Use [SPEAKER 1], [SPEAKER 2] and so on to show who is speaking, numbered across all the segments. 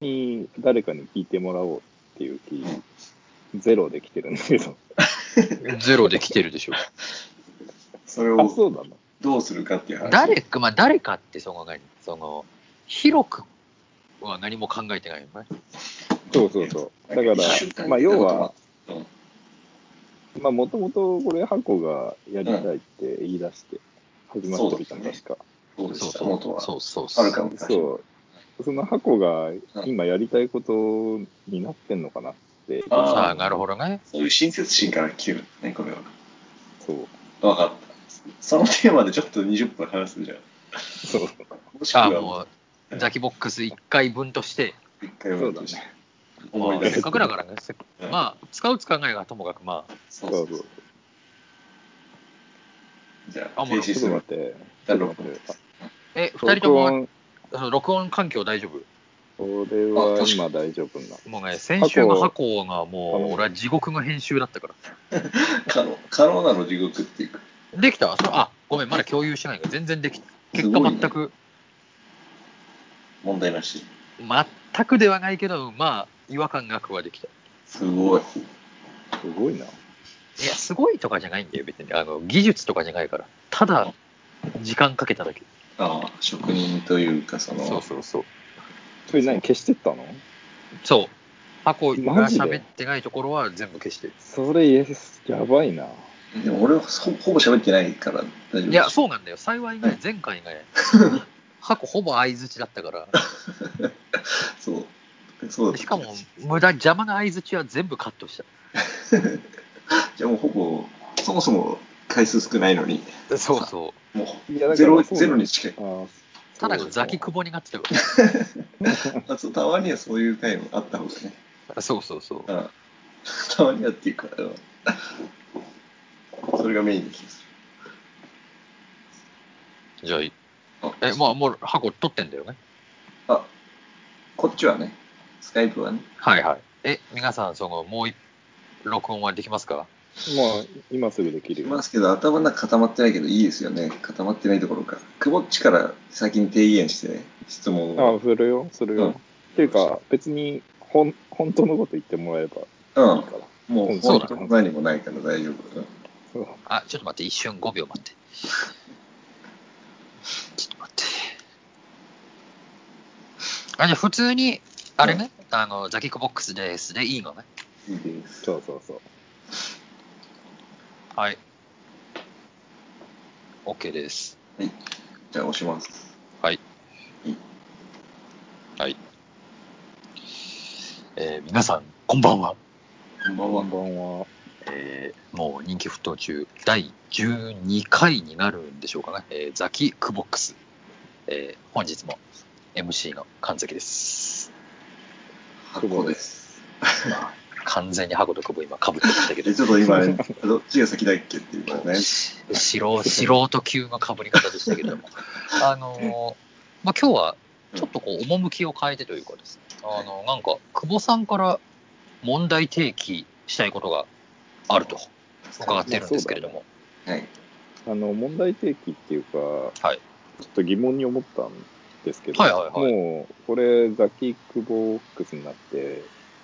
[SPEAKER 1] に誰かに聞いてもらおうっていう気、ゼロで来てるんだけど。
[SPEAKER 2] ゼロで来てるでしょ。
[SPEAKER 3] それ
[SPEAKER 1] あ、そ
[SPEAKER 3] を
[SPEAKER 1] うなの
[SPEAKER 3] どうするかっていう話。
[SPEAKER 2] 誰か、まあ誰かってその考え、その、広くは何も考えてないよね。
[SPEAKER 1] そうそうそう。だから、まあ要は、、
[SPEAKER 3] うん
[SPEAKER 1] まあもともとこれ、ハコがやりたいって言い出して、始まったりた
[SPEAKER 3] そう
[SPEAKER 1] の、
[SPEAKER 3] です
[SPEAKER 1] 確か。
[SPEAKER 3] そうで
[SPEAKER 2] そう
[SPEAKER 3] した、
[SPEAKER 2] そう
[SPEAKER 3] 元
[SPEAKER 2] そう。
[SPEAKER 3] は。
[SPEAKER 2] そうそう
[SPEAKER 3] あるかもしれない。
[SPEAKER 1] そう。そのハコが今やりたいことになってんのかなって、
[SPEAKER 3] あ
[SPEAKER 2] さあ、なるほどね。
[SPEAKER 3] そういう親切心から来てるね、これは。
[SPEAKER 1] そう。
[SPEAKER 3] わかった。そのテーマでちょっと20分話すじゃん。
[SPEAKER 1] そう。
[SPEAKER 3] もしく
[SPEAKER 2] あ
[SPEAKER 3] は
[SPEAKER 2] あ、もう、ザキボックス1回分として、
[SPEAKER 3] 一回はとして
[SPEAKER 2] ま
[SPEAKER 3] 思い
[SPEAKER 2] あ
[SPEAKER 3] 出
[SPEAKER 2] せ
[SPEAKER 3] す
[SPEAKER 2] っ。かくだからね。せっ
[SPEAKER 3] うん
[SPEAKER 2] まあ、使う使わないがともかく、まあ、
[SPEAKER 3] そ
[SPEAKER 1] そうう
[SPEAKER 3] そ
[SPEAKER 1] そうう
[SPEAKER 3] そう。じゃ
[SPEAKER 2] あ
[SPEAKER 3] あ、
[SPEAKER 2] も
[SPEAKER 3] 停
[SPEAKER 2] う
[SPEAKER 3] 止
[SPEAKER 1] ちょっ
[SPEAKER 3] す
[SPEAKER 1] と待っ
[SPEAKER 3] る
[SPEAKER 1] て。ちょ
[SPEAKER 3] わ。じゃ
[SPEAKER 1] っと
[SPEAKER 3] あ録
[SPEAKER 1] 待っ
[SPEAKER 3] 音
[SPEAKER 1] て。
[SPEAKER 2] え、2人とも、あの録音環境大丈夫
[SPEAKER 1] これは今大丈夫な。
[SPEAKER 2] もうね、先週の
[SPEAKER 1] 過
[SPEAKER 2] 箱が
[SPEAKER 1] あ
[SPEAKER 2] も
[SPEAKER 1] の
[SPEAKER 2] う、俺は地獄の編集だったから。
[SPEAKER 3] 可能、可能なの地獄っていうか。
[SPEAKER 2] できたそれあ、ごめん、まだ共有してないから、全然でき結
[SPEAKER 3] すご
[SPEAKER 2] 果
[SPEAKER 3] いね
[SPEAKER 2] 全く、
[SPEAKER 3] 問題なし。
[SPEAKER 2] 全くではないけど、まあ、違和感なくはできた。
[SPEAKER 3] すごい。
[SPEAKER 1] すごいな。
[SPEAKER 2] いや、すごいとかじゃないんだよ、別に。あの、技術とかじゃないから。ただ、時間かけただけ。
[SPEAKER 3] ああ、職人というか、その、
[SPEAKER 2] そうそうそう。
[SPEAKER 1] それ何消してったの
[SPEAKER 2] そう。箱が
[SPEAKER 1] マジで
[SPEAKER 2] 喋ってないところは全部消してる。
[SPEAKER 1] それ、イエス、やばいな。
[SPEAKER 3] でも俺はほほぼ喋ってないから大丈夫
[SPEAKER 2] いや、
[SPEAKER 3] う。
[SPEAKER 2] そうなんだよ。幸いね、前回ね、箱ほぼ相づちだったから。
[SPEAKER 3] そう。そうだ
[SPEAKER 2] しかも、無駄、邪魔な相づちは全部カットし
[SPEAKER 3] じゃあもうほぼ、そもそも回数少ないのに、
[SPEAKER 2] た。そうそ
[SPEAKER 3] も
[SPEAKER 1] いやだから
[SPEAKER 3] うゼロ
[SPEAKER 1] そう
[SPEAKER 3] ゼロに近い
[SPEAKER 1] あ。ー
[SPEAKER 2] う。ただのザキクボになってたか
[SPEAKER 3] あそうたまにはそういう回もあった方がね。
[SPEAKER 2] ら。そうそうそう。
[SPEAKER 3] うんたまにはっていうか、うん それがメインで気がす
[SPEAKER 2] じゃあ、え、
[SPEAKER 3] る。
[SPEAKER 2] まあ、もう箱取ってんだよね。
[SPEAKER 3] あ、あこっちはね、スカイプはね、
[SPEAKER 2] はいはい。え、皆さん、その、もう一、録音はできますか
[SPEAKER 1] もう今すぐできる
[SPEAKER 3] い
[SPEAKER 1] よ。
[SPEAKER 3] ますけど、頭の中固まってないけどいいですよね。固まってないところか。くぼっちから先に提言して、ね、質問
[SPEAKER 1] あ
[SPEAKER 3] を
[SPEAKER 1] あ、。するよ、する
[SPEAKER 3] うん
[SPEAKER 1] よ。っていうか、別にほん本当のこと言ってもらえば
[SPEAKER 3] うん
[SPEAKER 1] いいから。
[SPEAKER 3] もう
[SPEAKER 2] そう
[SPEAKER 3] 本
[SPEAKER 2] だ
[SPEAKER 3] 当に何もないから大丈夫。うん
[SPEAKER 1] そう
[SPEAKER 2] あ、ちょっと待って、一瞬5秒待って。ちょっと待って。あ、じゃあ普通に、あれね、あの、ザキックボックスですでいいのね。
[SPEAKER 3] いいです。
[SPEAKER 1] そうそうそう。
[SPEAKER 2] はい。OK です。
[SPEAKER 3] はい。じゃあ押します。
[SPEAKER 2] はい。はい。えー皆さん、こんばんは。
[SPEAKER 3] こんばん
[SPEAKER 1] こ
[SPEAKER 3] は
[SPEAKER 1] ん。ばんは。
[SPEAKER 2] えーもう人気沸騰中、第12回になるんでしょうかね。えーザキックボックス。えー本日も MC の神崎です。
[SPEAKER 3] ここです。
[SPEAKER 2] 完全に箱と久保今かぶってましたけど
[SPEAKER 3] え、ちょっと今、どっちが先だっけっていうかね。
[SPEAKER 2] 素人素人級のかぶり方でしたけれどもあのーまあ今日はちょっとこう趣を変えてというかですねあのなんか久保さんから問題提起したいことがあると伺ってるんですけれども、
[SPEAKER 3] はい。
[SPEAKER 1] あの、問題提起っていうか、
[SPEAKER 2] はい
[SPEAKER 1] ちょっと疑問に思ったんですけど、
[SPEAKER 2] はいはいはい
[SPEAKER 1] もう、これ、ザキックボックスになって、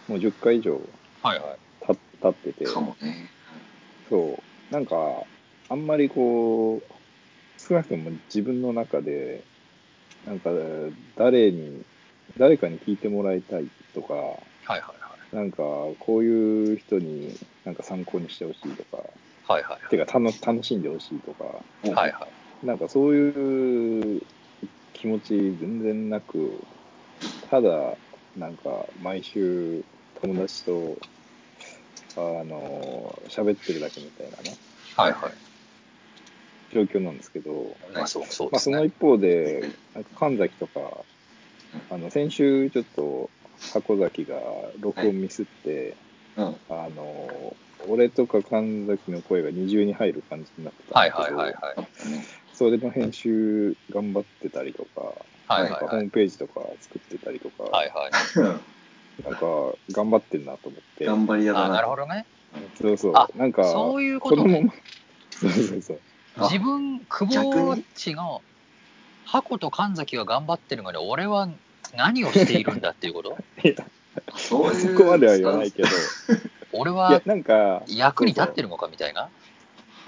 [SPEAKER 1] もう10回以上
[SPEAKER 2] はいはい
[SPEAKER 1] た経ってて、
[SPEAKER 3] かもね。
[SPEAKER 1] そう、なんか、あんまりこう、少なくとも自分の中で、なんか、誰に、誰かに聞いてもらいたいとか、
[SPEAKER 2] はいはいはい
[SPEAKER 1] なんか、こういう人になんか参考にしてほしいとか、
[SPEAKER 2] はいはい
[SPEAKER 1] てか楽楽しんでほしいとか、
[SPEAKER 2] はいはい
[SPEAKER 1] なんかそういう気持ち全然なく、ただ、なんか毎週友達と、あの、喋ってるだけみたいなね、
[SPEAKER 2] はいはい
[SPEAKER 1] 状況なんですけど、
[SPEAKER 2] まあそうそう
[SPEAKER 1] ま
[SPEAKER 2] で
[SPEAKER 1] あ、
[SPEAKER 2] す
[SPEAKER 1] そ
[SPEAKER 2] ね、
[SPEAKER 1] の一方で、なんか神崎とか、あの、先週ちょっと箱崎が録音ミスって、
[SPEAKER 3] うん。
[SPEAKER 1] あの、俺とか神崎の声が二重に入る感じになってたん
[SPEAKER 2] はい
[SPEAKER 1] です
[SPEAKER 2] は
[SPEAKER 1] け
[SPEAKER 2] い
[SPEAKER 1] ど、
[SPEAKER 2] はいはい
[SPEAKER 3] あったね。
[SPEAKER 1] それの編集頑張ってたりとか、
[SPEAKER 2] は
[SPEAKER 1] な
[SPEAKER 2] い
[SPEAKER 1] んか
[SPEAKER 2] はい
[SPEAKER 1] ホ
[SPEAKER 2] は
[SPEAKER 1] ー
[SPEAKER 2] い
[SPEAKER 1] ムページとか作ってたりとか、
[SPEAKER 2] はいはい
[SPEAKER 1] なんか頑張ってるなと思って、
[SPEAKER 3] 頑張り屋
[SPEAKER 2] あ
[SPEAKER 3] だ
[SPEAKER 2] な
[SPEAKER 3] な
[SPEAKER 2] る。ほどね
[SPEAKER 1] そうそう
[SPEAKER 2] あ、
[SPEAKER 1] なんか、
[SPEAKER 2] そういうこ
[SPEAKER 1] ことの
[SPEAKER 2] ね
[SPEAKER 1] まま、そうそうそう、
[SPEAKER 3] あ
[SPEAKER 2] 自分、久保っちの箱と神崎は頑張ってるのに、俺は何をしているんだっていうこと
[SPEAKER 3] そうい
[SPEAKER 1] そうこまでは言わない
[SPEAKER 3] ス
[SPEAKER 1] けど、
[SPEAKER 2] 俺
[SPEAKER 1] い
[SPEAKER 2] は
[SPEAKER 1] や、なんか、
[SPEAKER 2] 役に立ってるのかみたいな。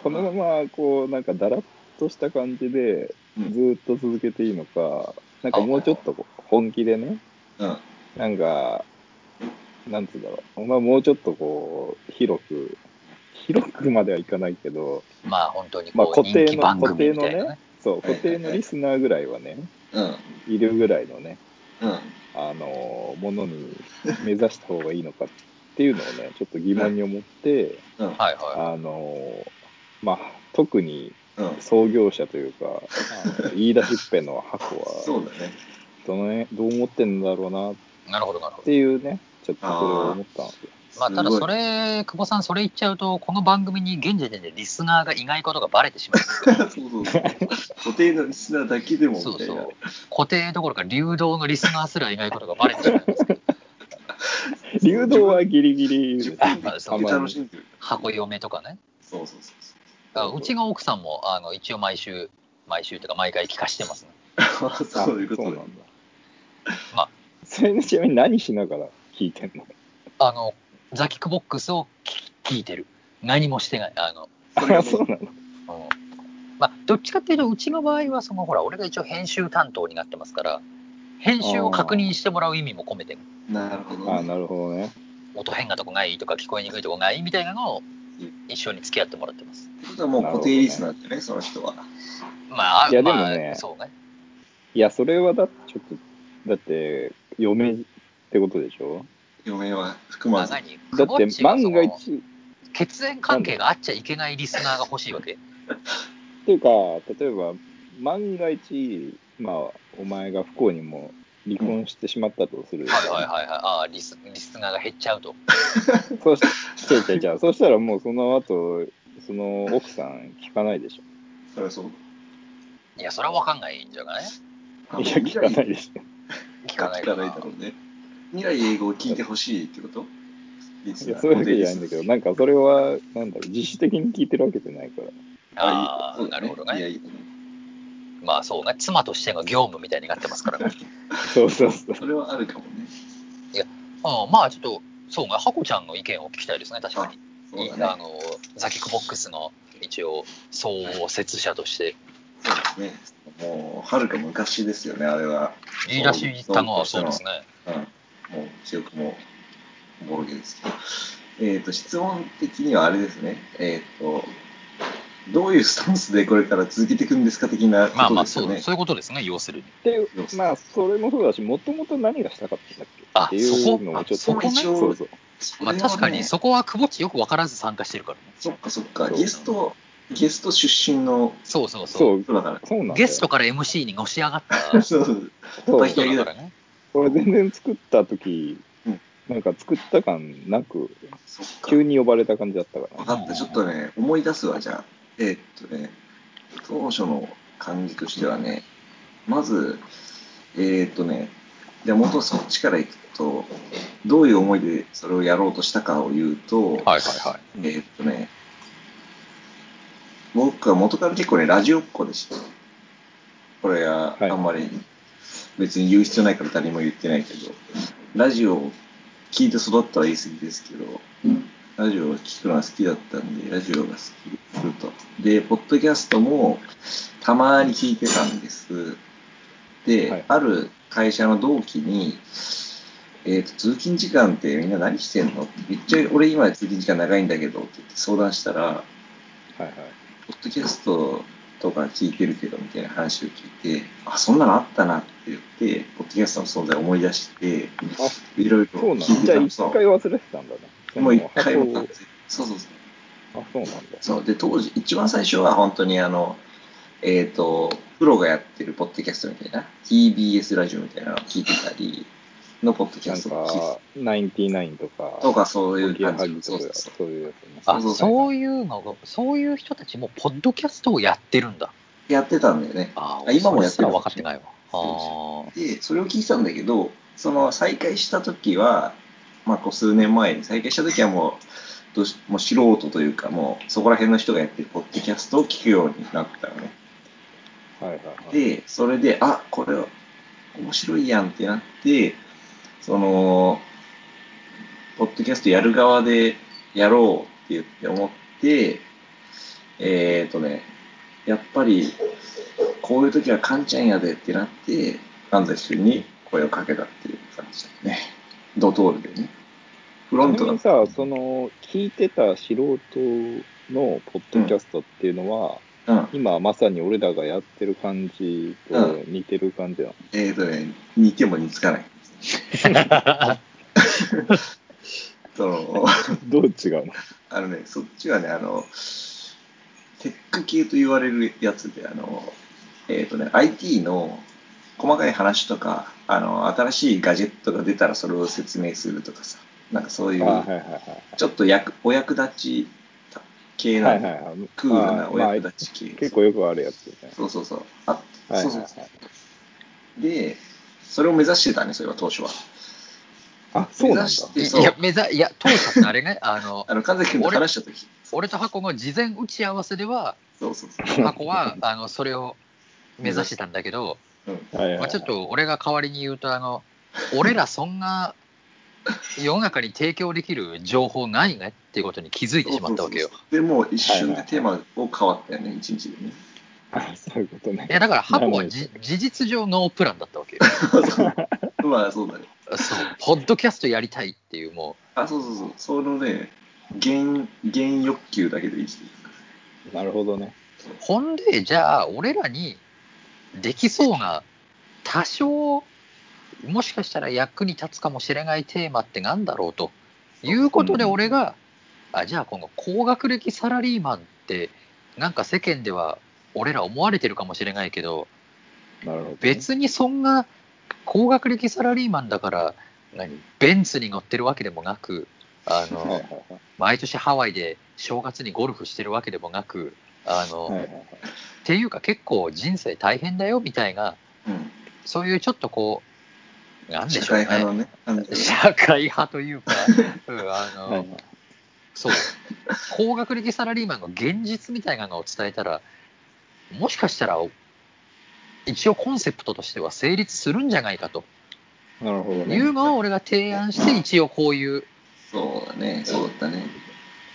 [SPEAKER 1] このまま、こう、なんか、だらっとした感じで、
[SPEAKER 3] うん
[SPEAKER 1] ずーっと続けていいのか、なんか、もうちょっとこう本気でね、
[SPEAKER 3] タンス。
[SPEAKER 1] なんか、なんつうんだろう、まあ、もうちょっとこう、広く、広くまではいかないけど、
[SPEAKER 2] まあ本当に
[SPEAKER 1] まあ、
[SPEAKER 2] こう
[SPEAKER 1] 固
[SPEAKER 2] 人
[SPEAKER 1] 定
[SPEAKER 2] 気
[SPEAKER 1] の、
[SPEAKER 2] 番
[SPEAKER 1] 固
[SPEAKER 2] 組
[SPEAKER 1] 定
[SPEAKER 2] み
[SPEAKER 1] の
[SPEAKER 2] たいな
[SPEAKER 1] ね
[SPEAKER 2] ね。、
[SPEAKER 1] そう、
[SPEAKER 3] はいはいは
[SPEAKER 1] 固
[SPEAKER 3] い
[SPEAKER 1] 定のリスナーぐらいはね、
[SPEAKER 3] うん。
[SPEAKER 1] いるぐらいのね、
[SPEAKER 3] うん。うん。
[SPEAKER 1] あの、ものに目指した方がいいのかっていうのをね、ちょっと疑問に思って、
[SPEAKER 3] うん。
[SPEAKER 2] はいは
[SPEAKER 1] あの、まあ、特に
[SPEAKER 3] うん。
[SPEAKER 1] 創業者というか、あの言い出しっぺの箱
[SPEAKER 3] そ
[SPEAKER 1] は、
[SPEAKER 3] うだね。
[SPEAKER 1] どの辺、どう思ってんだろうなっ
[SPEAKER 2] い。なるほどなるほど
[SPEAKER 1] て。いうね、ちょっとそれを思ったんですよ。
[SPEAKER 2] まあただ
[SPEAKER 3] すごい
[SPEAKER 2] それ、久保さんそれ言っちゃうと、この番組に現時点でリスナーがいないことがバレてしまう。
[SPEAKER 3] そうそうそう。固定のリスナーだけでも
[SPEAKER 2] そう
[SPEAKER 3] みたい
[SPEAKER 2] そ
[SPEAKER 3] な
[SPEAKER 2] う。固定どころか流動のリスナーすらいないことがバレてしまうんですけど、
[SPEAKER 1] 流動はギリギリです
[SPEAKER 3] 自
[SPEAKER 1] ね
[SPEAKER 3] 分
[SPEAKER 2] まあ
[SPEAKER 3] で
[SPEAKER 2] そう
[SPEAKER 3] 楽しんでる。
[SPEAKER 2] 箱嫁とかね。
[SPEAKER 3] そうそうそう
[SPEAKER 2] あうちの奥さんもあの一応毎週、毎週というか毎回聞かしてますね。
[SPEAKER 3] そう。あ
[SPEAKER 1] あ
[SPEAKER 3] そういうこと
[SPEAKER 1] そう
[SPEAKER 3] ね
[SPEAKER 1] な。んだ。
[SPEAKER 2] まあ
[SPEAKER 1] それにちなみに何しながら聞いてんの
[SPEAKER 2] あの、ザキックボックスを聞き聞いてる。何もしてない。あの、
[SPEAKER 3] それ
[SPEAKER 1] あ
[SPEAKER 3] が
[SPEAKER 1] そう
[SPEAKER 3] も
[SPEAKER 1] な
[SPEAKER 3] う
[SPEAKER 1] の
[SPEAKER 2] うんまあ、どっちかっていうと、うちの場合は、その、ほら、俺が一応編集担当になってますから、編集を確認してもらう意味も込めて、
[SPEAKER 3] なるほ
[SPEAKER 1] あ
[SPEAKER 3] ど
[SPEAKER 1] あ、
[SPEAKER 3] ね。
[SPEAKER 1] なるほどね。
[SPEAKER 2] 音変なとこないとか、聞こえにくいとこないみたいなのを一緒に付き合ってもらってます。
[SPEAKER 3] ってことはもう固定リスナーってね、その人は。
[SPEAKER 2] まあ、
[SPEAKER 1] いやでも
[SPEAKER 2] まあ
[SPEAKER 1] ね
[SPEAKER 2] そうね。
[SPEAKER 1] いや、それはだってちょっと、だって、嫁ってことでしょ
[SPEAKER 3] 嫁は含
[SPEAKER 2] ま
[SPEAKER 3] ま
[SPEAKER 2] あ
[SPEAKER 3] ず。
[SPEAKER 2] 何、
[SPEAKER 1] だ
[SPEAKER 2] 久
[SPEAKER 1] っ
[SPEAKER 2] 保
[SPEAKER 1] て
[SPEAKER 2] っ、ちが
[SPEAKER 1] 万
[SPEAKER 2] そ
[SPEAKER 1] が
[SPEAKER 2] の
[SPEAKER 1] 一、
[SPEAKER 2] 血縁関係があっちゃいけないリスナーが欲しいわけ。
[SPEAKER 1] っていうか、例えば、万が一、まあ、お前が不幸にも離婚してしまったとする。
[SPEAKER 2] はいはいはいはい。ああ、リスリスナーが減っちゃうと。
[SPEAKER 1] そうし、違う違う違う。そうしたらもうその後、その奥さん聞かないでし
[SPEAKER 3] それはそう。
[SPEAKER 2] いや、それは分かんないんじゃない
[SPEAKER 3] あ
[SPEAKER 1] ょ。いや、聞かないでしょ。
[SPEAKER 2] 聞かない
[SPEAKER 3] 聞か
[SPEAKER 2] か
[SPEAKER 3] ない
[SPEAKER 2] な
[SPEAKER 3] だ。ろうね。未来英語を聞いてほしいってことリス
[SPEAKER 1] い
[SPEAKER 3] ナ
[SPEAKER 1] や、
[SPEAKER 3] ー
[SPEAKER 1] そういうわけじゃないんだけど、なんかそれは、なんだろう、自主的に聞いてるわけじゃないから。
[SPEAKER 2] あ
[SPEAKER 3] い
[SPEAKER 2] あ、
[SPEAKER 3] いそう
[SPEAKER 2] な
[SPEAKER 3] だ
[SPEAKER 2] るほどね。
[SPEAKER 3] いやいや
[SPEAKER 2] まあそうね、妻としての業務みたいになってますからね。
[SPEAKER 1] そうそうそう。
[SPEAKER 3] それはあるかもね。
[SPEAKER 2] うん、 まあちょっと、そうね、ハコちゃんの意見を聞きたいですね、確かに。
[SPEAKER 3] そう
[SPEAKER 2] いあ
[SPEAKER 3] だね。
[SPEAKER 2] のザキックボックスの一応、創設者として、
[SPEAKER 3] そうですね。もう、はるか昔ですよね、あれは。
[SPEAKER 2] 言い出したのはそうですね。
[SPEAKER 3] うん。もう、記憶も、おぼろげですけど。えっ、と、質問的にはあれですね。えっ、と、どういうスタンスでこれから続けていくんですか的な
[SPEAKER 2] まあ
[SPEAKER 3] こと
[SPEAKER 2] まあ
[SPEAKER 3] です
[SPEAKER 2] そ
[SPEAKER 3] よ
[SPEAKER 2] う、
[SPEAKER 3] ね。
[SPEAKER 2] そういうことですね、要するに。
[SPEAKER 1] で、まあ、それもそうだし、もともと何がしたかったんだっけ
[SPEAKER 2] あ
[SPEAKER 1] っていうのもちょっと、
[SPEAKER 2] そこあそこね
[SPEAKER 1] そうそう。
[SPEAKER 2] まあ確かにそこはくぼっちよく分からず参加してるからね。
[SPEAKER 3] そっかそっか、
[SPEAKER 1] そう
[SPEAKER 3] ゲスト、ゲスト出身の
[SPEAKER 2] そうそうそう。
[SPEAKER 1] そう、
[SPEAKER 3] 人だ から。
[SPEAKER 1] そうなんだよ
[SPEAKER 2] ゲストから MC にのし上がった
[SPEAKER 3] そうそう。
[SPEAKER 1] そう
[SPEAKER 3] 引き上げ
[SPEAKER 2] 人
[SPEAKER 3] だ
[SPEAKER 2] だからね。
[SPEAKER 1] 俺全然作った時、
[SPEAKER 3] うん
[SPEAKER 1] なんか作った感なく
[SPEAKER 3] そっか。
[SPEAKER 1] 急に呼ばれた感じだったか
[SPEAKER 3] 分
[SPEAKER 1] ら
[SPEAKER 3] かった、ちょっとね、思い出すわ、じゃあ。えーっとね、当初の感じとしてはね、まず、えーっとね、じゃあ元そっちから行くと、どういう思いでそれをやろうとしたかを言うと、
[SPEAKER 2] はいはいはい。
[SPEAKER 3] えーっとね、僕は元から結構ね、ラジオっ子でした。これは
[SPEAKER 1] はい
[SPEAKER 3] あんまり別に言う必要ないから誰にも言ってないけど、ラジオを聞いて育ったは言い過ぎですけど、ラジオを聞くのが好きだったんで、ラジオが好きですと。で、ポッドキャストもたまに聞いてたんです。で、
[SPEAKER 1] はい
[SPEAKER 3] ある会社の同期に、えーと、通勤時間ってみんな何してんのって、めっちゃ俺今通勤時間長いんだけどって言って相談したら、
[SPEAKER 1] はいはい
[SPEAKER 3] ポッドキャストとか聞いてるけどみたいな話を聞いて、あ、そんなのあったなって言って、ポッドキャストの存在を思い出して、いろいろ
[SPEAKER 1] そうなんだ
[SPEAKER 3] 聞いて
[SPEAKER 1] じゃ
[SPEAKER 3] た
[SPEAKER 1] あ
[SPEAKER 3] の
[SPEAKER 1] 一回忘れてたんだね
[SPEAKER 3] そうもう一回も
[SPEAKER 1] その
[SPEAKER 3] そうそうそう。
[SPEAKER 1] 箱をあそうなんだ
[SPEAKER 3] そうで当時一番最初は本当にあのえっ、とプロがやってるポッドキャストみたいな TBS ラジオみたいなのを聞いてたりのポッドキャ
[SPEAKER 1] なん
[SPEAKER 3] ストを聞いて
[SPEAKER 1] かナインティナインとか
[SPEAKER 3] たとかそうい
[SPEAKER 1] オ
[SPEAKER 3] う
[SPEAKER 1] キア
[SPEAKER 3] 感
[SPEAKER 1] ハ
[SPEAKER 3] じ
[SPEAKER 1] ギ
[SPEAKER 3] そ
[SPEAKER 1] と
[SPEAKER 3] うそ
[SPEAKER 1] か
[SPEAKER 3] う
[SPEAKER 1] そ
[SPEAKER 3] そう
[SPEAKER 1] ういうやつね
[SPEAKER 2] あ、
[SPEAKER 3] そうそう
[SPEAKER 2] そういうのが、そういう人たちもポッドキャストをやってるんだ。
[SPEAKER 3] やってたんだよね
[SPEAKER 2] あ
[SPEAKER 3] あ今もやっ
[SPEAKER 2] それす
[SPEAKER 3] てる
[SPEAKER 2] ら分かってないわ。あー
[SPEAKER 3] でそれを聞いてたんだけどその再開した時はまあこう数年前に再開した時はもうどうしもう素人というかもうそこら辺の人がやってるポッドキャストを聞くようになったのね
[SPEAKER 1] はいはいはい
[SPEAKER 3] で、それで、あ、これは、面白いやんってなって、その、ポッドキャストやる側でやろうって言って思って、えっ、ー、とね、やっぱり、こういう時はカンちゃんやでってなって、ファンと一緒に声をかけたっていう感じだよね。ドトールでね。フロン
[SPEAKER 1] ち
[SPEAKER 3] ト
[SPEAKER 1] なみ
[SPEAKER 3] だ
[SPEAKER 1] にさ、その、聞いてた素人のポッドキャストっていうのは、
[SPEAKER 3] うん。
[SPEAKER 1] 今まさに俺らがやってる感じと
[SPEAKER 3] う
[SPEAKER 1] 似てる感じなの。
[SPEAKER 3] えー、とね、似ても似つかない。 その、
[SPEAKER 1] どう違うの
[SPEAKER 3] あのね、そっちはね、あの、テック系と言われるやつで、あの、えっ、とね、IT の細かい話とか、あの、新しいガジェットが出たらそれを説明するとかさ、なんかそうい
[SPEAKER 1] あはいは
[SPEAKER 3] う、
[SPEAKER 1] いはい
[SPEAKER 3] ちょっと役お役立ち系
[SPEAKER 1] は。
[SPEAKER 3] ない
[SPEAKER 1] はいはいはい。
[SPEAKER 3] クール
[SPEAKER 1] あ
[SPEAKER 3] な
[SPEAKER 1] ー
[SPEAKER 3] お
[SPEAKER 1] まあ
[SPEAKER 3] 役立ち系。
[SPEAKER 1] 結構よくあるやつですね。
[SPEAKER 3] そうそうそう。あ、
[SPEAKER 1] はい
[SPEAKER 3] そ
[SPEAKER 1] は
[SPEAKER 3] う
[SPEAKER 1] い
[SPEAKER 3] そう
[SPEAKER 1] はい
[SPEAKER 3] そ。う。で、それを目指してたね、それは当初は。
[SPEAKER 1] あ、そうなんだ
[SPEAKER 3] 目指。して、
[SPEAKER 2] い
[SPEAKER 3] そう。
[SPEAKER 2] や、目ざいや、当社ってあれね、 あの、
[SPEAKER 3] あの、神崎君と話した時
[SPEAKER 2] 俺と箱の事前打ち合わせでは、
[SPEAKER 3] そうそうそう。
[SPEAKER 2] 箱は、あの、それを目指してたんだけど、
[SPEAKER 3] うん。
[SPEAKER 1] はいはい
[SPEAKER 2] ま
[SPEAKER 1] は
[SPEAKER 2] あ、
[SPEAKER 1] い
[SPEAKER 2] ちょっと俺が代わりに言うと、あの、俺らそんな世の中に提供できる情報ないねっていうことに気づいてしまったわけよ
[SPEAKER 3] そう。そうそうでもう一瞬
[SPEAKER 1] はい
[SPEAKER 3] で
[SPEAKER 1] はい
[SPEAKER 3] テーマを変わったよね、一日でね。
[SPEAKER 1] あそういうことね
[SPEAKER 2] い。や、だから箱
[SPEAKER 1] な
[SPEAKER 2] は
[SPEAKER 1] るほど
[SPEAKER 2] じ事実上ノープランだったわけよ。
[SPEAKER 3] まあそうだね。
[SPEAKER 2] そう、ポッドキャストやりたいっていう、も
[SPEAKER 3] あ、そうそうそう。そのね、原原欲求だけで生きてる。
[SPEAKER 1] なるほどね。
[SPEAKER 2] う、ほんで、じゃあ、俺らにできそうな、多少、もしかしたら役に立つかもしれないテーマってなんだろうということで、
[SPEAKER 3] うん
[SPEAKER 2] 俺が、あじゃあ、この高学歴サラリーマンって、なんか世間では俺ら思われてるかもしれないけど、
[SPEAKER 1] なるほどね。
[SPEAKER 2] 別にそんな高学歴サラリーマンだから、何、ベンツに乗ってるわけでもなく、あ
[SPEAKER 1] はいはい
[SPEAKER 2] の、毎年ハワイで正月にゴルフしてるわけでもなく、あの、
[SPEAKER 1] はいはい
[SPEAKER 2] っ
[SPEAKER 1] はい
[SPEAKER 2] ていうか結構人生大変だよみたいな、
[SPEAKER 3] うん。
[SPEAKER 2] そういうちょっとこう、なんで
[SPEAKER 3] 社
[SPEAKER 2] しょうね。
[SPEAKER 3] 会派のね、感じで
[SPEAKER 2] 社会派というか、 うんあの、
[SPEAKER 1] はいはい。
[SPEAKER 2] そう、高学歴サラリーマンの現実みたいなのを伝えたら、もしかしたら、一応コンセプトとしては成立するんじゃないかと
[SPEAKER 1] なるほど
[SPEAKER 2] い
[SPEAKER 1] ね。
[SPEAKER 2] うのを俺が提案して、一応こういう、
[SPEAKER 3] そうだね、そうだったね。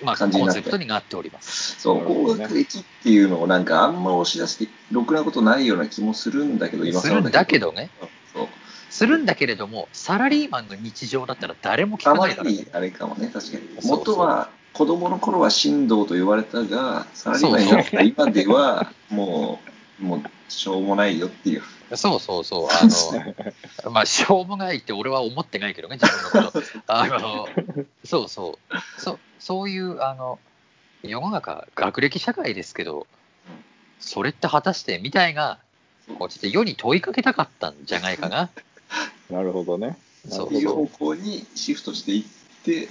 [SPEAKER 2] まあ、コ
[SPEAKER 3] 感じに
[SPEAKER 2] ン
[SPEAKER 3] なって
[SPEAKER 2] セプトになっております。
[SPEAKER 3] そう、
[SPEAKER 1] なるほ
[SPEAKER 3] 高
[SPEAKER 1] どね
[SPEAKER 3] 学歴っていうのをなんかあんま押し出して、ろくなことないような気もするんだけど、今
[SPEAKER 2] す
[SPEAKER 3] 更
[SPEAKER 2] るんだけ
[SPEAKER 3] ど。
[SPEAKER 2] どね。
[SPEAKER 3] そう。
[SPEAKER 2] するんだけれども、サラリーマンの日常だったら誰も聞
[SPEAKER 3] あ
[SPEAKER 2] か
[SPEAKER 3] ま
[SPEAKER 2] ないから、
[SPEAKER 3] り
[SPEAKER 2] ね、
[SPEAKER 3] あれかもね、確かに
[SPEAKER 2] そう。そう
[SPEAKER 3] 元は、子供の頃は神道と言われたが、サラリーマンになった今では、もう、もう、しょうもないよっていう。
[SPEAKER 2] そうそう そう、あの、まあ、しょうもないって俺は思ってないけどね、自分のこと。 あの、そうそう、そう、そういう、あの、世の中、学歴社会ですけど、それって果たしてみたいな、こうちょっと世に問いかけたかったんじゃないかな。
[SPEAKER 1] なるほどね。
[SPEAKER 2] そ
[SPEAKER 3] って
[SPEAKER 2] う
[SPEAKER 3] いう
[SPEAKER 2] そ
[SPEAKER 3] 方
[SPEAKER 2] う。
[SPEAKER 3] 向にシフトしていって、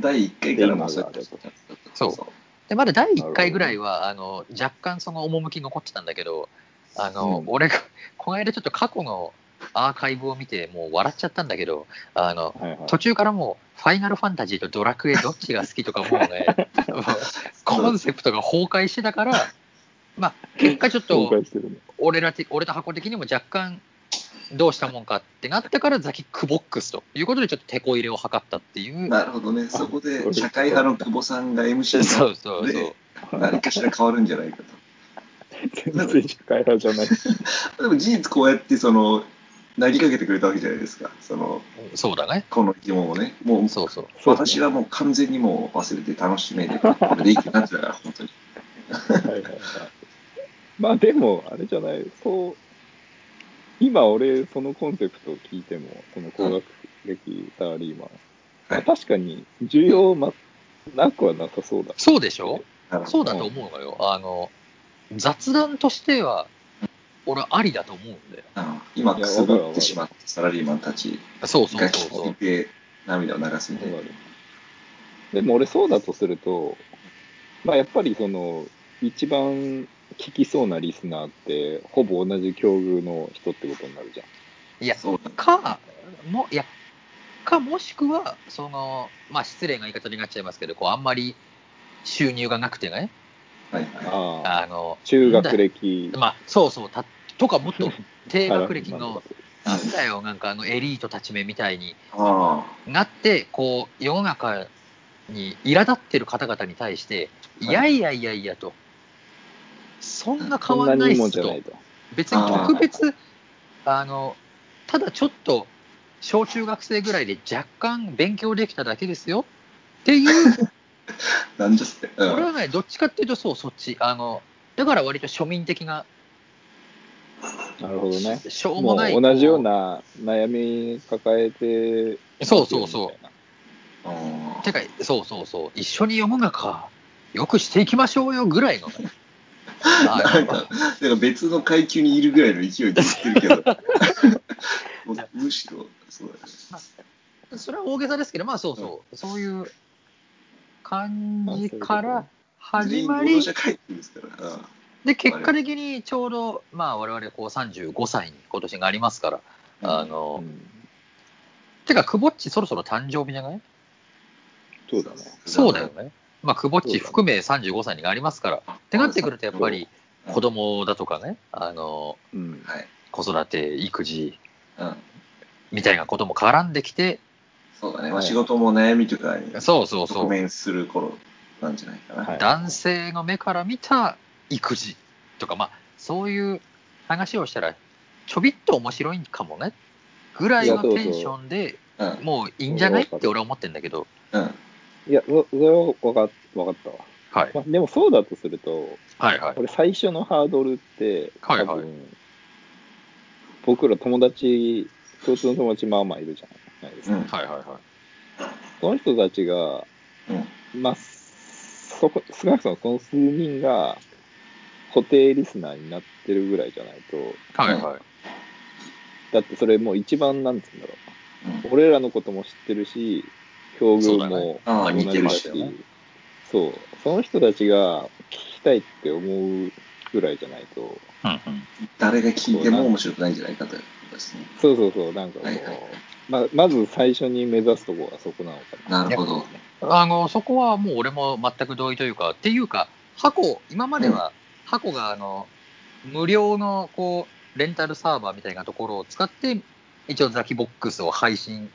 [SPEAKER 3] 第1回からもやって
[SPEAKER 1] テーマ
[SPEAKER 2] そうで、まだ第1回ぐらいは、あの、若干その趣残ってたんだけど、あの、
[SPEAKER 1] うん
[SPEAKER 2] 俺が、この間ちょっと過去のアーカイブを見て、もう笑っちゃったんだけど、あの、
[SPEAKER 1] はいはい。
[SPEAKER 2] 途中からもう、ファイナルファンタジーとドラクエどっちが好きとかもうね、 もうコンセプトが崩壊してたから、まあ、結果ちょっ
[SPEAKER 1] 公
[SPEAKER 2] と
[SPEAKER 1] 開、してるね。
[SPEAKER 2] 俺らて、俺と箱的にも若干、どうしたもんかってなったから、ザキックボックスということで、ちょっと手こ入れを図ったっていう、
[SPEAKER 3] なるほどね、そこで
[SPEAKER 1] あ
[SPEAKER 3] 社会派の久保さんが MC に
[SPEAKER 2] そうそうそう。
[SPEAKER 3] 何かしら変わるんじゃないか
[SPEAKER 1] 全然社会派じゃない。
[SPEAKER 3] と。でも事実こうやってその投げかけてくれたわけじゃないですか、その
[SPEAKER 2] そうだね。
[SPEAKER 3] この疑問をね。もう
[SPEAKER 2] そうそう。
[SPEAKER 1] そうだね
[SPEAKER 3] 私はもう完全にもう忘れて楽しめて、これでいいってなってたから、本当に。
[SPEAKER 1] はいはいはい。まあでも、あれじゃない、そう、今俺、そのコンセプトを聞いても、その高学歴サラリーマン、まあ、確かに需要、ま、なくはなさそうだ。
[SPEAKER 2] そうでしょ
[SPEAKER 3] なるほ
[SPEAKER 2] そ
[SPEAKER 3] ど
[SPEAKER 2] うだと思うのよ。あの、雑談としては、俺ありだと思うんだよ。
[SPEAKER 3] あ今くすぶってしまったサラリーマンたち
[SPEAKER 2] そうそう
[SPEAKER 3] が
[SPEAKER 2] そう
[SPEAKER 3] 聞
[SPEAKER 2] そ。
[SPEAKER 3] いうて涙を流すみたいな
[SPEAKER 1] わ。かるでも俺、そうだとすると、まあやっぱりその、一番聞きそうなリスナーって、ほぼ同じ境遇の人ってことになるじゃん。
[SPEAKER 2] いや、
[SPEAKER 3] そうだね
[SPEAKER 2] か、も、いや、かもしくは、その、まあ失礼な言い方になっちゃいますけど、こう、あんまり収入がなくてね、
[SPEAKER 3] はいはい。
[SPEAKER 1] ああ
[SPEAKER 2] あの、
[SPEAKER 1] 中学歴
[SPEAKER 2] だ。まあ、そうそう、たとかもっ と低学歴
[SPEAKER 1] あ
[SPEAKER 2] の
[SPEAKER 1] の、
[SPEAKER 2] なんだよ、なんかあのエリートたちめみたいに
[SPEAKER 3] あ
[SPEAKER 2] なって、こう、世の中に苛立ってる方々に対して、いやいやいやいやと、そんな変
[SPEAKER 1] そん
[SPEAKER 2] わ
[SPEAKER 1] なん
[SPEAKER 2] な
[SPEAKER 1] にい
[SPEAKER 2] いっ
[SPEAKER 1] いもんじ
[SPEAKER 2] す
[SPEAKER 1] ゃない
[SPEAKER 2] と、
[SPEAKER 1] と。
[SPEAKER 2] 別に特別、あの、ただちょっと、小中学生ぐらいで若干勉強できただけですよっていう
[SPEAKER 3] あ、なんじゃそれ。う
[SPEAKER 2] 俺
[SPEAKER 3] ん。
[SPEAKER 2] は ね、どっちかっていうと、そう、そっち。あの、だから割と庶民的な、
[SPEAKER 1] なるほどね。
[SPEAKER 2] しょう
[SPEAKER 1] も
[SPEAKER 2] もないう
[SPEAKER 1] 同じよう
[SPEAKER 2] こ
[SPEAKER 1] な悩み抱えて
[SPEAKER 2] う。そうそう
[SPEAKER 1] み
[SPEAKER 2] そ
[SPEAKER 1] たいな
[SPEAKER 3] あ
[SPEAKER 2] う。てか、そうそうそう。一緒に世の中、よくしていきましょうよぐらいの ね。あ
[SPEAKER 3] なんか、なんか別の階級にいるぐらいの勢いで言っ てるけど。もうむしろ、そうだね。
[SPEAKER 2] それは大げさですけど、まあそうそう。そういう感じか
[SPEAKER 1] まあ
[SPEAKER 2] ら
[SPEAKER 3] 全
[SPEAKER 2] 始
[SPEAKER 3] 員
[SPEAKER 2] ま
[SPEAKER 3] 労
[SPEAKER 2] り
[SPEAKER 3] 働、者階級ですから。うん
[SPEAKER 2] で、結果的にちょうど、まあ我々こう35歳に今年がありますから、あ
[SPEAKER 1] う
[SPEAKER 2] の、
[SPEAKER 1] ん
[SPEAKER 2] てか、くぼっちそろそろ誕生日じゃない
[SPEAKER 1] そうだね。
[SPEAKER 2] そうだよ。ね。まあ、くぼっち含め35歳になりますから。ってなってくると、やっぱり
[SPEAKER 3] うん
[SPEAKER 2] 子供だとかね、あの、
[SPEAKER 1] うん。
[SPEAKER 3] はい。
[SPEAKER 2] 子育て、育児
[SPEAKER 3] うん。
[SPEAKER 2] みたいなことも絡んできて、
[SPEAKER 3] そうだね。ま
[SPEAKER 1] は
[SPEAKER 3] あ、
[SPEAKER 1] い
[SPEAKER 3] 仕事も悩みとかに
[SPEAKER 2] そうそうそ
[SPEAKER 3] 直
[SPEAKER 2] う、
[SPEAKER 3] 面する頃なんじゃないかな。
[SPEAKER 1] はい
[SPEAKER 2] 男性の目から見た育児とか、まあ、そういう話をしたら、ちょびっと面白いかもね、ぐらいの
[SPEAKER 1] いやそう
[SPEAKER 2] テ
[SPEAKER 1] そう
[SPEAKER 2] ンションで
[SPEAKER 3] うん。
[SPEAKER 2] もういいんじゃないって俺は思ってんだけど、
[SPEAKER 3] うん。
[SPEAKER 1] いや、そそれは分か分かったわ。
[SPEAKER 2] はい
[SPEAKER 1] ま、あでもそうだとすると、
[SPEAKER 2] はいはい。
[SPEAKER 1] 俺最初のハードルって、
[SPEAKER 2] はい
[SPEAKER 1] 多
[SPEAKER 2] はい
[SPEAKER 1] 分、僕ら友達、共通の友達まあまあいるじゃないです
[SPEAKER 3] う
[SPEAKER 1] か。
[SPEAKER 3] ん。
[SPEAKER 2] はいはいは
[SPEAKER 1] その人たちが、
[SPEAKER 3] うん。
[SPEAKER 1] まあ、そこ、少なくともその数人が固定リスナーになってるぐらいじゃないと、
[SPEAKER 2] い。はいはい。
[SPEAKER 1] だってそれもう一番なんつうんだろう。俺らのことも知ってるし、境
[SPEAKER 2] そう
[SPEAKER 1] 遇
[SPEAKER 2] だね
[SPEAKER 1] も
[SPEAKER 3] ああ、
[SPEAKER 1] 同じ
[SPEAKER 3] 似て
[SPEAKER 1] だ
[SPEAKER 3] るし
[SPEAKER 1] し、
[SPEAKER 2] 似てるしね
[SPEAKER 1] そう、その人たちが聞きたいって思うぐらいじゃないと、
[SPEAKER 2] うんうん
[SPEAKER 3] 誰が聞いても面白くないんじゃないかということですね。
[SPEAKER 1] そうそうそう、なんかこう、
[SPEAKER 3] はいはいはい
[SPEAKER 1] ままず最初に目指すとこはそこなのかな。
[SPEAKER 3] なるほど。
[SPEAKER 2] あのそこはもう俺も全く同意というか、っていうか、箱、今までは箱があの無料のこうレンタルサーバーみたいなところを使って、一応ザキボックスを配信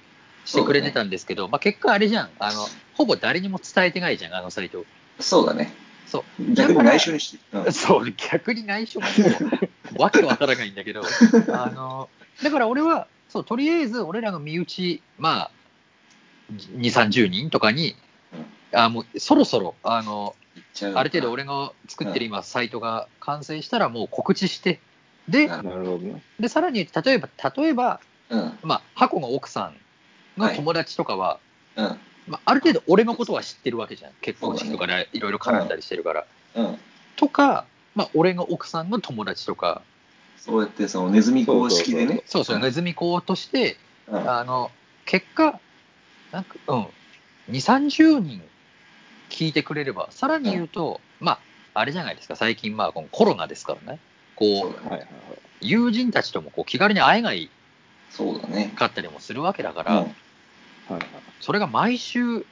[SPEAKER 2] してくれてたんですけど、まあ、結果あれじゃんあの、ほぼ誰にも伝えてないじゃん、あのサイト。
[SPEAKER 3] そうだね。
[SPEAKER 2] そ
[SPEAKER 3] 逆に内緒にして。うん。
[SPEAKER 2] そう、逆に内緒がもう、わけわからないんだけど、あの、だから俺は、そう、とりあえず俺らの身内、まあ、2、30人とかに、あもうそろそろ、あの、
[SPEAKER 3] 言っちゃう
[SPEAKER 2] ある程度俺が作ってる今、サイトが完成したら、もう告知して、で
[SPEAKER 3] な、る
[SPEAKER 1] なるほどね。
[SPEAKER 2] でさらに例えば、例えば、
[SPEAKER 3] うん。
[SPEAKER 2] まあ、箱の奥さんの友達とかは、
[SPEAKER 3] うん。
[SPEAKER 2] まあ、ある程度俺のことは知ってるわけじゃん。結婚式とかでいろいろ絡んだりしてるから。
[SPEAKER 3] うん。
[SPEAKER 2] とか、まあ、俺の奥さんの友達とか、
[SPEAKER 3] そうやって、そのネズミ公式でね。
[SPEAKER 2] そうそう、ネズミ講として、
[SPEAKER 3] うん。
[SPEAKER 2] あの、結果、なんか、うん、2、30人聞いてくれれば、さらに言うと、まあ、あれじゃないですか、最近、まあ、このコロナですからね、
[SPEAKER 3] そ
[SPEAKER 2] こ
[SPEAKER 3] う
[SPEAKER 2] う、
[SPEAKER 3] だ
[SPEAKER 1] はいはい
[SPEAKER 3] ね。
[SPEAKER 1] はい。
[SPEAKER 2] 友人たちともこう気軽に会えない
[SPEAKER 3] そうだね。
[SPEAKER 2] かったりもするわけだか
[SPEAKER 3] う
[SPEAKER 2] ら、
[SPEAKER 3] ん。
[SPEAKER 1] はいはい、
[SPEAKER 2] それが毎週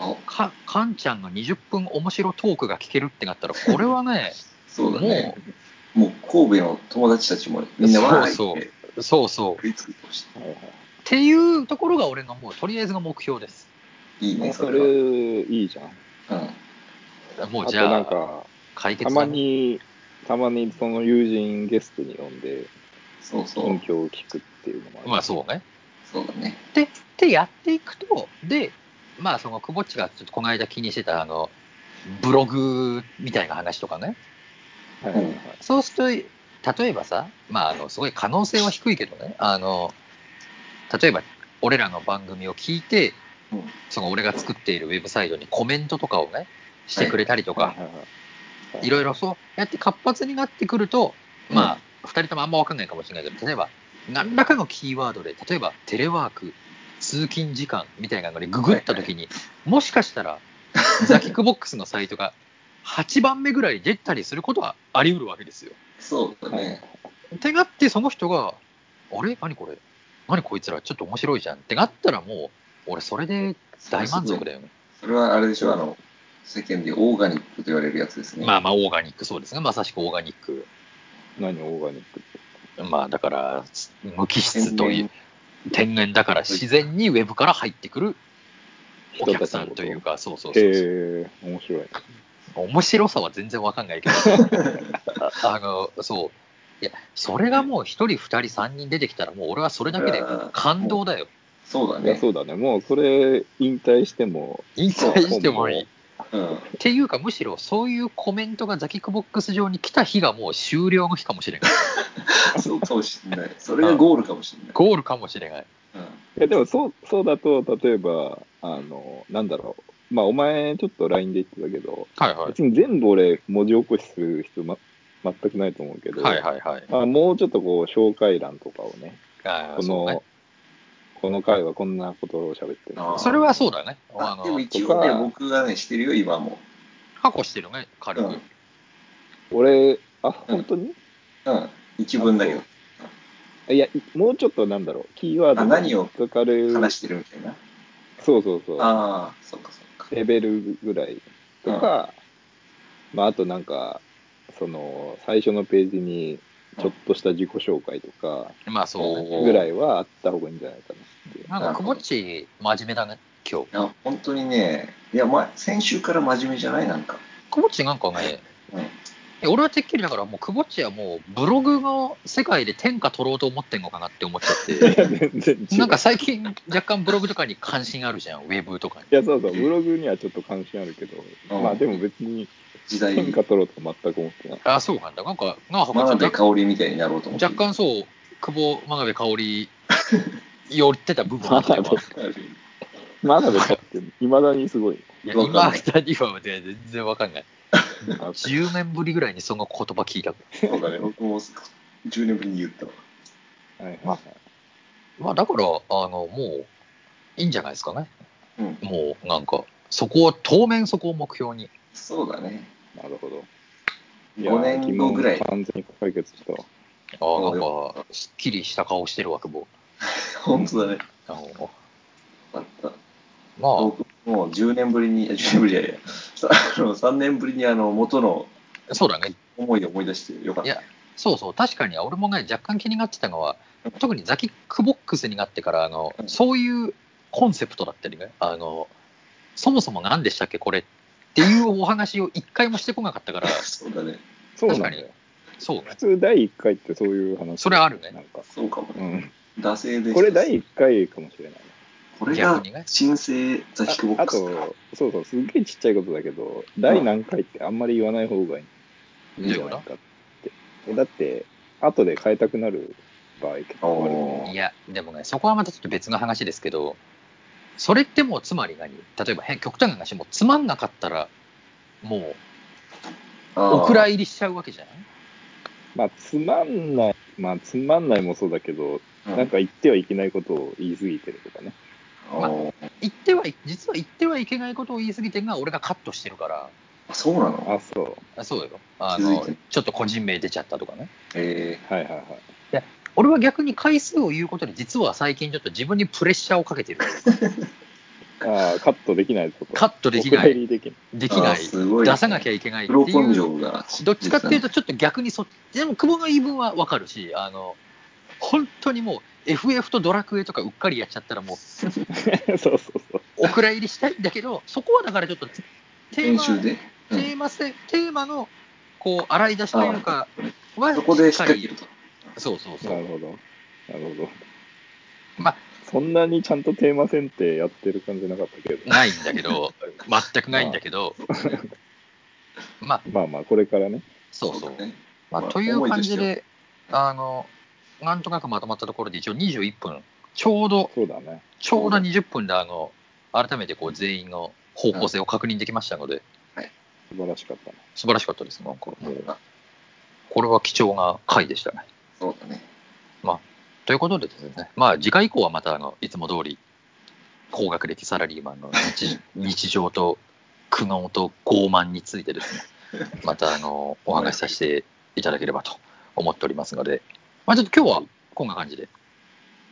[SPEAKER 3] あ、
[SPEAKER 2] か、かんちゃんの20分面白トークが聞けるってなったら、これ はね、
[SPEAKER 3] そうだね
[SPEAKER 2] も。
[SPEAKER 3] もう神戸の友達たちもみんな笑い
[SPEAKER 2] そう
[SPEAKER 3] で
[SPEAKER 2] う、そうそう。
[SPEAKER 3] 食いつくてほし
[SPEAKER 1] はいはい
[SPEAKER 2] っていうところが俺のもう、とりあえずの目標です。
[SPEAKER 3] い。いい
[SPEAKER 1] ま
[SPEAKER 3] ね、
[SPEAKER 1] あそ
[SPEAKER 3] そ
[SPEAKER 1] れ
[SPEAKER 3] れは。
[SPEAKER 1] いいじゃん。
[SPEAKER 3] うん。
[SPEAKER 2] も
[SPEAKER 1] あ
[SPEAKER 2] う
[SPEAKER 1] と
[SPEAKER 2] じゃ
[SPEAKER 1] な
[SPEAKER 2] あ
[SPEAKER 1] ん、か、
[SPEAKER 2] 解決
[SPEAKER 1] たまに、たまにその友人ゲストに呼んで、
[SPEAKER 3] そうそ
[SPEAKER 1] 音
[SPEAKER 3] う。
[SPEAKER 1] 響を聞くっていうのもある。
[SPEAKER 2] まあそうね。
[SPEAKER 3] そうだね。
[SPEAKER 2] で、でやっていくと、で、まあその、くぼっちがちょっとこの間気にしてた、あの、ブログみたいな話とかね。
[SPEAKER 1] はいはいはい。
[SPEAKER 2] そうすると、例えばさ、まああの、すごい可能性は低いけどね、あの、例えば、俺らの番組を聞いて、
[SPEAKER 3] うん。
[SPEAKER 2] その俺が作っているウェブサイトにコメントとかをね、してくれたりと
[SPEAKER 1] は
[SPEAKER 2] か
[SPEAKER 1] い、はいはい
[SPEAKER 2] ろいろそうやって活発になってくると、ま
[SPEAKER 3] う
[SPEAKER 2] あ、二人ともあんま分かんないかもしれないけど、例えば、何らかのキーワードで、例えばテレワーク、通勤時間みたいなのでググったときに、もしかしたら、ザキックボックスのサイトが8番目ぐらいに出たりすることはあり得るわけですよ。
[SPEAKER 3] そうだ
[SPEAKER 1] はい。
[SPEAKER 3] ね。
[SPEAKER 2] ってなって、その人が、あれ何これ何こいつらちょっと面白いじゃんってなったらもう、俺それで大満足だよね。
[SPEAKER 3] それはあれでしょ、あの、世間でオーガニックと言われるやつですね。
[SPEAKER 2] まあまあ、オーガニックそうですね。まさしくオーガニック。
[SPEAKER 1] 何オーガニックって。
[SPEAKER 2] まあだから、無機質という、天然だから自然にウェブから入ってくるお客さんというか、そうそうそうそう。
[SPEAKER 1] へえ、面白い。
[SPEAKER 2] 面白さは全然わかんないけど、あの、そう。いや、それがもう一人、二人、三人出てきたら、もう俺はそれだけで感動だよ。
[SPEAKER 3] そうだ
[SPEAKER 1] いや、
[SPEAKER 3] ね。
[SPEAKER 1] そうだね。もうそれ、引退しても、
[SPEAKER 2] 引退してもいい。っ
[SPEAKER 3] うん。
[SPEAKER 2] ていうか、むしろそういうコメントがザキックボックス上に来た日がもう終了の日かもしれない。
[SPEAKER 3] そうかもしれない。それがゴールかもしれない。
[SPEAKER 2] ゴールかもしれない。
[SPEAKER 3] う
[SPEAKER 1] いや、でもそう、そうだと、例えば、あの、なんだろう。まあ、お前、ちょっと LINE で言ってたけど、
[SPEAKER 2] はいはい。
[SPEAKER 1] 別に全部俺、文字起こしする人、ま、全くないと思うけど、
[SPEAKER 2] はいはいはい。
[SPEAKER 1] まあ、もうちょっとこう、紹介欄とかをね、
[SPEAKER 2] あー
[SPEAKER 1] こ
[SPEAKER 2] そう
[SPEAKER 1] の、
[SPEAKER 2] ね
[SPEAKER 1] この回はこんなことを喋ってる。
[SPEAKER 3] あー
[SPEAKER 2] それはそうだね。
[SPEAKER 3] ん、
[SPEAKER 2] あ
[SPEAKER 3] あでも
[SPEAKER 2] の、
[SPEAKER 3] 一応ね、
[SPEAKER 1] とか
[SPEAKER 3] 僕がね、してるよ、今も。
[SPEAKER 2] 過去してるね、軽
[SPEAKER 3] う
[SPEAKER 2] く
[SPEAKER 3] ん。
[SPEAKER 1] 俺、あ、本当に、
[SPEAKER 3] うん。一文だけど、
[SPEAKER 1] いや、もうちょっとなんだろう、キーワード
[SPEAKER 3] あ何を
[SPEAKER 1] 引っかかる、
[SPEAKER 3] 話してるみたいな。
[SPEAKER 1] そうそうそう、
[SPEAKER 3] ああ、そっかそっか。
[SPEAKER 1] レベルぐらいとか、まあ、あとなんか、その、最初のページに、ちょっとした自己紹介とか、
[SPEAKER 2] まあそうね。
[SPEAKER 3] おー
[SPEAKER 1] ぐらいはあった方がいいんじゃないか
[SPEAKER 2] なんか、くぼっち、真面目だね、今日。
[SPEAKER 3] あ本当にね、いや、ま、先週から真面目じゃないなんか。
[SPEAKER 2] くぼっちなんかね、
[SPEAKER 3] うん。
[SPEAKER 2] いや俺はてっきりだから、もうくぼっちはもうブログの世界で天下取ろうと思ってんのかなって思っちゃっ
[SPEAKER 1] な。全然違
[SPEAKER 2] て、
[SPEAKER 1] う。
[SPEAKER 2] なんか最近、若干ブログとかに関心あるじゃん、ウェブとかに。
[SPEAKER 1] いや、そうそう、ブログにはちょっと関心あるけど、
[SPEAKER 3] うん
[SPEAKER 1] まあでも別に
[SPEAKER 3] 時代、
[SPEAKER 1] 変化取ろうとは全く思ってない。
[SPEAKER 2] あ、そうなんだ。なんか、なんか
[SPEAKER 3] 真
[SPEAKER 2] 若
[SPEAKER 3] 鍋
[SPEAKER 2] 干
[SPEAKER 3] かおりみたいになろうと思って。
[SPEAKER 2] 若干そう、久保、真鍋香 織、寄ってた部分あったよ。
[SPEAKER 1] まだでかって、いまだにすごい。
[SPEAKER 2] いや
[SPEAKER 3] わかんな
[SPEAKER 2] 今
[SPEAKER 3] い
[SPEAKER 2] 二人は全然わかんない。
[SPEAKER 1] あ
[SPEAKER 2] 10年ぶりぐらいにその言葉聞いた。
[SPEAKER 3] そうだね、僕も10年ぶりに言ったわ。
[SPEAKER 1] はいはい
[SPEAKER 2] ま
[SPEAKER 1] は
[SPEAKER 2] あまあだから、あの、もう、いいんじゃないですかね。
[SPEAKER 3] うん。
[SPEAKER 2] もう、なんか、そこを、当面そこを目標に。
[SPEAKER 3] そうだね。
[SPEAKER 1] い。なるほど。いや
[SPEAKER 3] 5年後ぐらい
[SPEAKER 1] 疑問。完全に解決したわ。
[SPEAKER 2] ああ、
[SPEAKER 3] う
[SPEAKER 2] な
[SPEAKER 3] だ
[SPEAKER 2] んか、すっきりした顔してるわ、久保。
[SPEAKER 3] 本当だね。
[SPEAKER 2] あの
[SPEAKER 3] あった。
[SPEAKER 2] ま
[SPEAKER 3] 僕もう10年ぶりに、いや10年ぶりじゃないや、さあの3年ぶりにあの元の
[SPEAKER 2] あ、そうだね。
[SPEAKER 3] 思いを思い出してよかっ
[SPEAKER 2] い
[SPEAKER 3] た。
[SPEAKER 2] や、そうそう、確かに、俺もね、若干気になってたのは、特にザキックボックスになってから、あの、そういうコンセプトだったりね、あの、そもそも何でしたっけ、これっていうお話を一回もしてこなかったから、
[SPEAKER 3] そうだね。
[SPEAKER 1] そうなん
[SPEAKER 2] 確
[SPEAKER 1] だ
[SPEAKER 2] かに
[SPEAKER 1] よ。
[SPEAKER 2] そうね
[SPEAKER 1] 普。通第1回ってそういう話。
[SPEAKER 2] それあるね
[SPEAKER 1] なんか。
[SPEAKER 3] そうかも
[SPEAKER 1] う
[SPEAKER 3] ね。
[SPEAKER 1] ん。
[SPEAKER 3] 惰性で。
[SPEAKER 1] これ第1回かもしれない。
[SPEAKER 3] これ
[SPEAKER 2] 逆
[SPEAKER 3] が
[SPEAKER 2] にね
[SPEAKER 3] 新生 ザキックボッ
[SPEAKER 1] ああ
[SPEAKER 3] クスか。
[SPEAKER 1] と、そうそう、すっげえちっちゃいことだけど、第何回ってあんまり言わない方がいいんじゃないかって。えだって、後で変えたくなる場合結構あるよね。
[SPEAKER 2] いや、でもね、そこはまたちょっと別の話ですけど、それってもうつまり何例えば、へん極端な話、もうつまんなかったら、も
[SPEAKER 3] あ
[SPEAKER 2] う
[SPEAKER 3] ー
[SPEAKER 2] お蔵入りしちゃうわけじゃない
[SPEAKER 1] まあ、つまんない、まあ、つまんないもそうだけど、
[SPEAKER 3] うん
[SPEAKER 1] なんか言ってはいけないことを言い過ぎてるとかね。
[SPEAKER 3] あー
[SPEAKER 2] 言ってはい、実は言ってはいけないことを言い過ぎてるのは俺がカットしてるから、
[SPEAKER 3] あそうなの
[SPEAKER 1] あ、そう。
[SPEAKER 2] あそうよ。あ
[SPEAKER 3] 気づい
[SPEAKER 2] の
[SPEAKER 3] てる、
[SPEAKER 2] ちょっと個人名出ちゃったとかね。
[SPEAKER 3] え
[SPEAKER 1] はいはいはい。
[SPEAKER 2] 俺は逆に回数を言うことで、実は最近ちょっと自分にプレッシャーをかけ てる。
[SPEAKER 1] ああ、カットできないとか。
[SPEAKER 2] カットできな
[SPEAKER 1] お蔵
[SPEAKER 2] い、
[SPEAKER 1] 入りできない。
[SPEAKER 2] でき
[SPEAKER 3] ー、あ
[SPEAKER 2] な
[SPEAKER 3] ー
[SPEAKER 2] い、
[SPEAKER 3] すごい。
[SPEAKER 2] 出さなきゃいけないって
[SPEAKER 3] 黒
[SPEAKER 2] い
[SPEAKER 3] 根
[SPEAKER 2] う
[SPEAKER 3] 性が。
[SPEAKER 2] どっちかっていうと、ちょっと逆にそっち、でも久保の言い分はわかるし、あの、本当にもう FF とドラクエとかうっかりやっちゃったらもう、
[SPEAKER 1] そうそうそう。
[SPEAKER 2] お蔵入りしたいんだけど、そこはだからちょっと、テー
[SPEAKER 3] 練
[SPEAKER 2] マ、
[SPEAKER 3] 習で。
[SPEAKER 2] テーマせ、テーマの、こう、洗い出しというか、
[SPEAKER 3] う
[SPEAKER 2] は
[SPEAKER 3] ん、そこで引っ
[SPEAKER 2] しっか
[SPEAKER 3] 掛ける
[SPEAKER 2] り、
[SPEAKER 3] と。
[SPEAKER 2] そうそうそ
[SPEAKER 1] なる
[SPEAKER 2] う。
[SPEAKER 1] ほど。なるほど。
[SPEAKER 2] まあ、
[SPEAKER 1] そんなにちゃんとテーマ選定やってる感じなかったけど、
[SPEAKER 2] ないんだけど、全くないんだけど、まあ、
[SPEAKER 1] まあまあ、これからね。
[SPEAKER 2] そうそう
[SPEAKER 3] だ。ね。
[SPEAKER 2] まあ、
[SPEAKER 3] まあ
[SPEAKER 2] という感じ
[SPEAKER 3] 思い
[SPEAKER 2] で、あの、なんとなくまとまったところで、一応21分、ちょうど
[SPEAKER 1] そうだね。
[SPEAKER 2] ちょうど20分であの改めてこう全員の方向性を確認できましたので、
[SPEAKER 1] 素晴らしかったね。
[SPEAKER 2] 素晴らしかったです。なんかもう
[SPEAKER 3] あ
[SPEAKER 2] これは貴重な回でしたね。
[SPEAKER 3] そうだね。
[SPEAKER 2] ということでですね、まあ、次回以降はまたあのいつも通り高学歴サラリーマンの 日日常と苦悩と傲慢についてですね、またあのお話しさせていただければと思っておりますので、まあ、ちょっと今日はこんな感じで、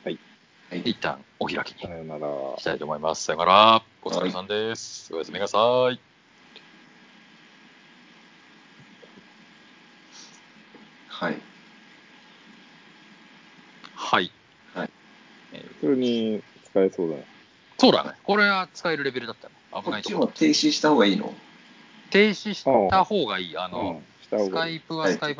[SPEAKER 1] はい
[SPEAKER 3] はい
[SPEAKER 2] 一旦お開きに
[SPEAKER 1] さよなら。
[SPEAKER 2] したいと思います。さよなら。お疲れさんです。おやすみなさい。
[SPEAKER 3] はい。
[SPEAKER 2] はい。
[SPEAKER 3] はい
[SPEAKER 2] えー
[SPEAKER 1] 普通に使えそうだな。
[SPEAKER 2] そうだね。これは使えるレベルだったね。危
[SPEAKER 3] こ
[SPEAKER 2] な
[SPEAKER 3] っ
[SPEAKER 2] い
[SPEAKER 3] ち
[SPEAKER 2] と
[SPEAKER 3] も
[SPEAKER 2] こ。
[SPEAKER 3] 停止した方がいいの
[SPEAKER 2] 停止した方がいい。あ
[SPEAKER 1] うん
[SPEAKER 2] の、、
[SPEAKER 1] した方
[SPEAKER 2] ス
[SPEAKER 1] が
[SPEAKER 2] カ
[SPEAKER 1] いい。
[SPEAKER 2] イプはスカイプ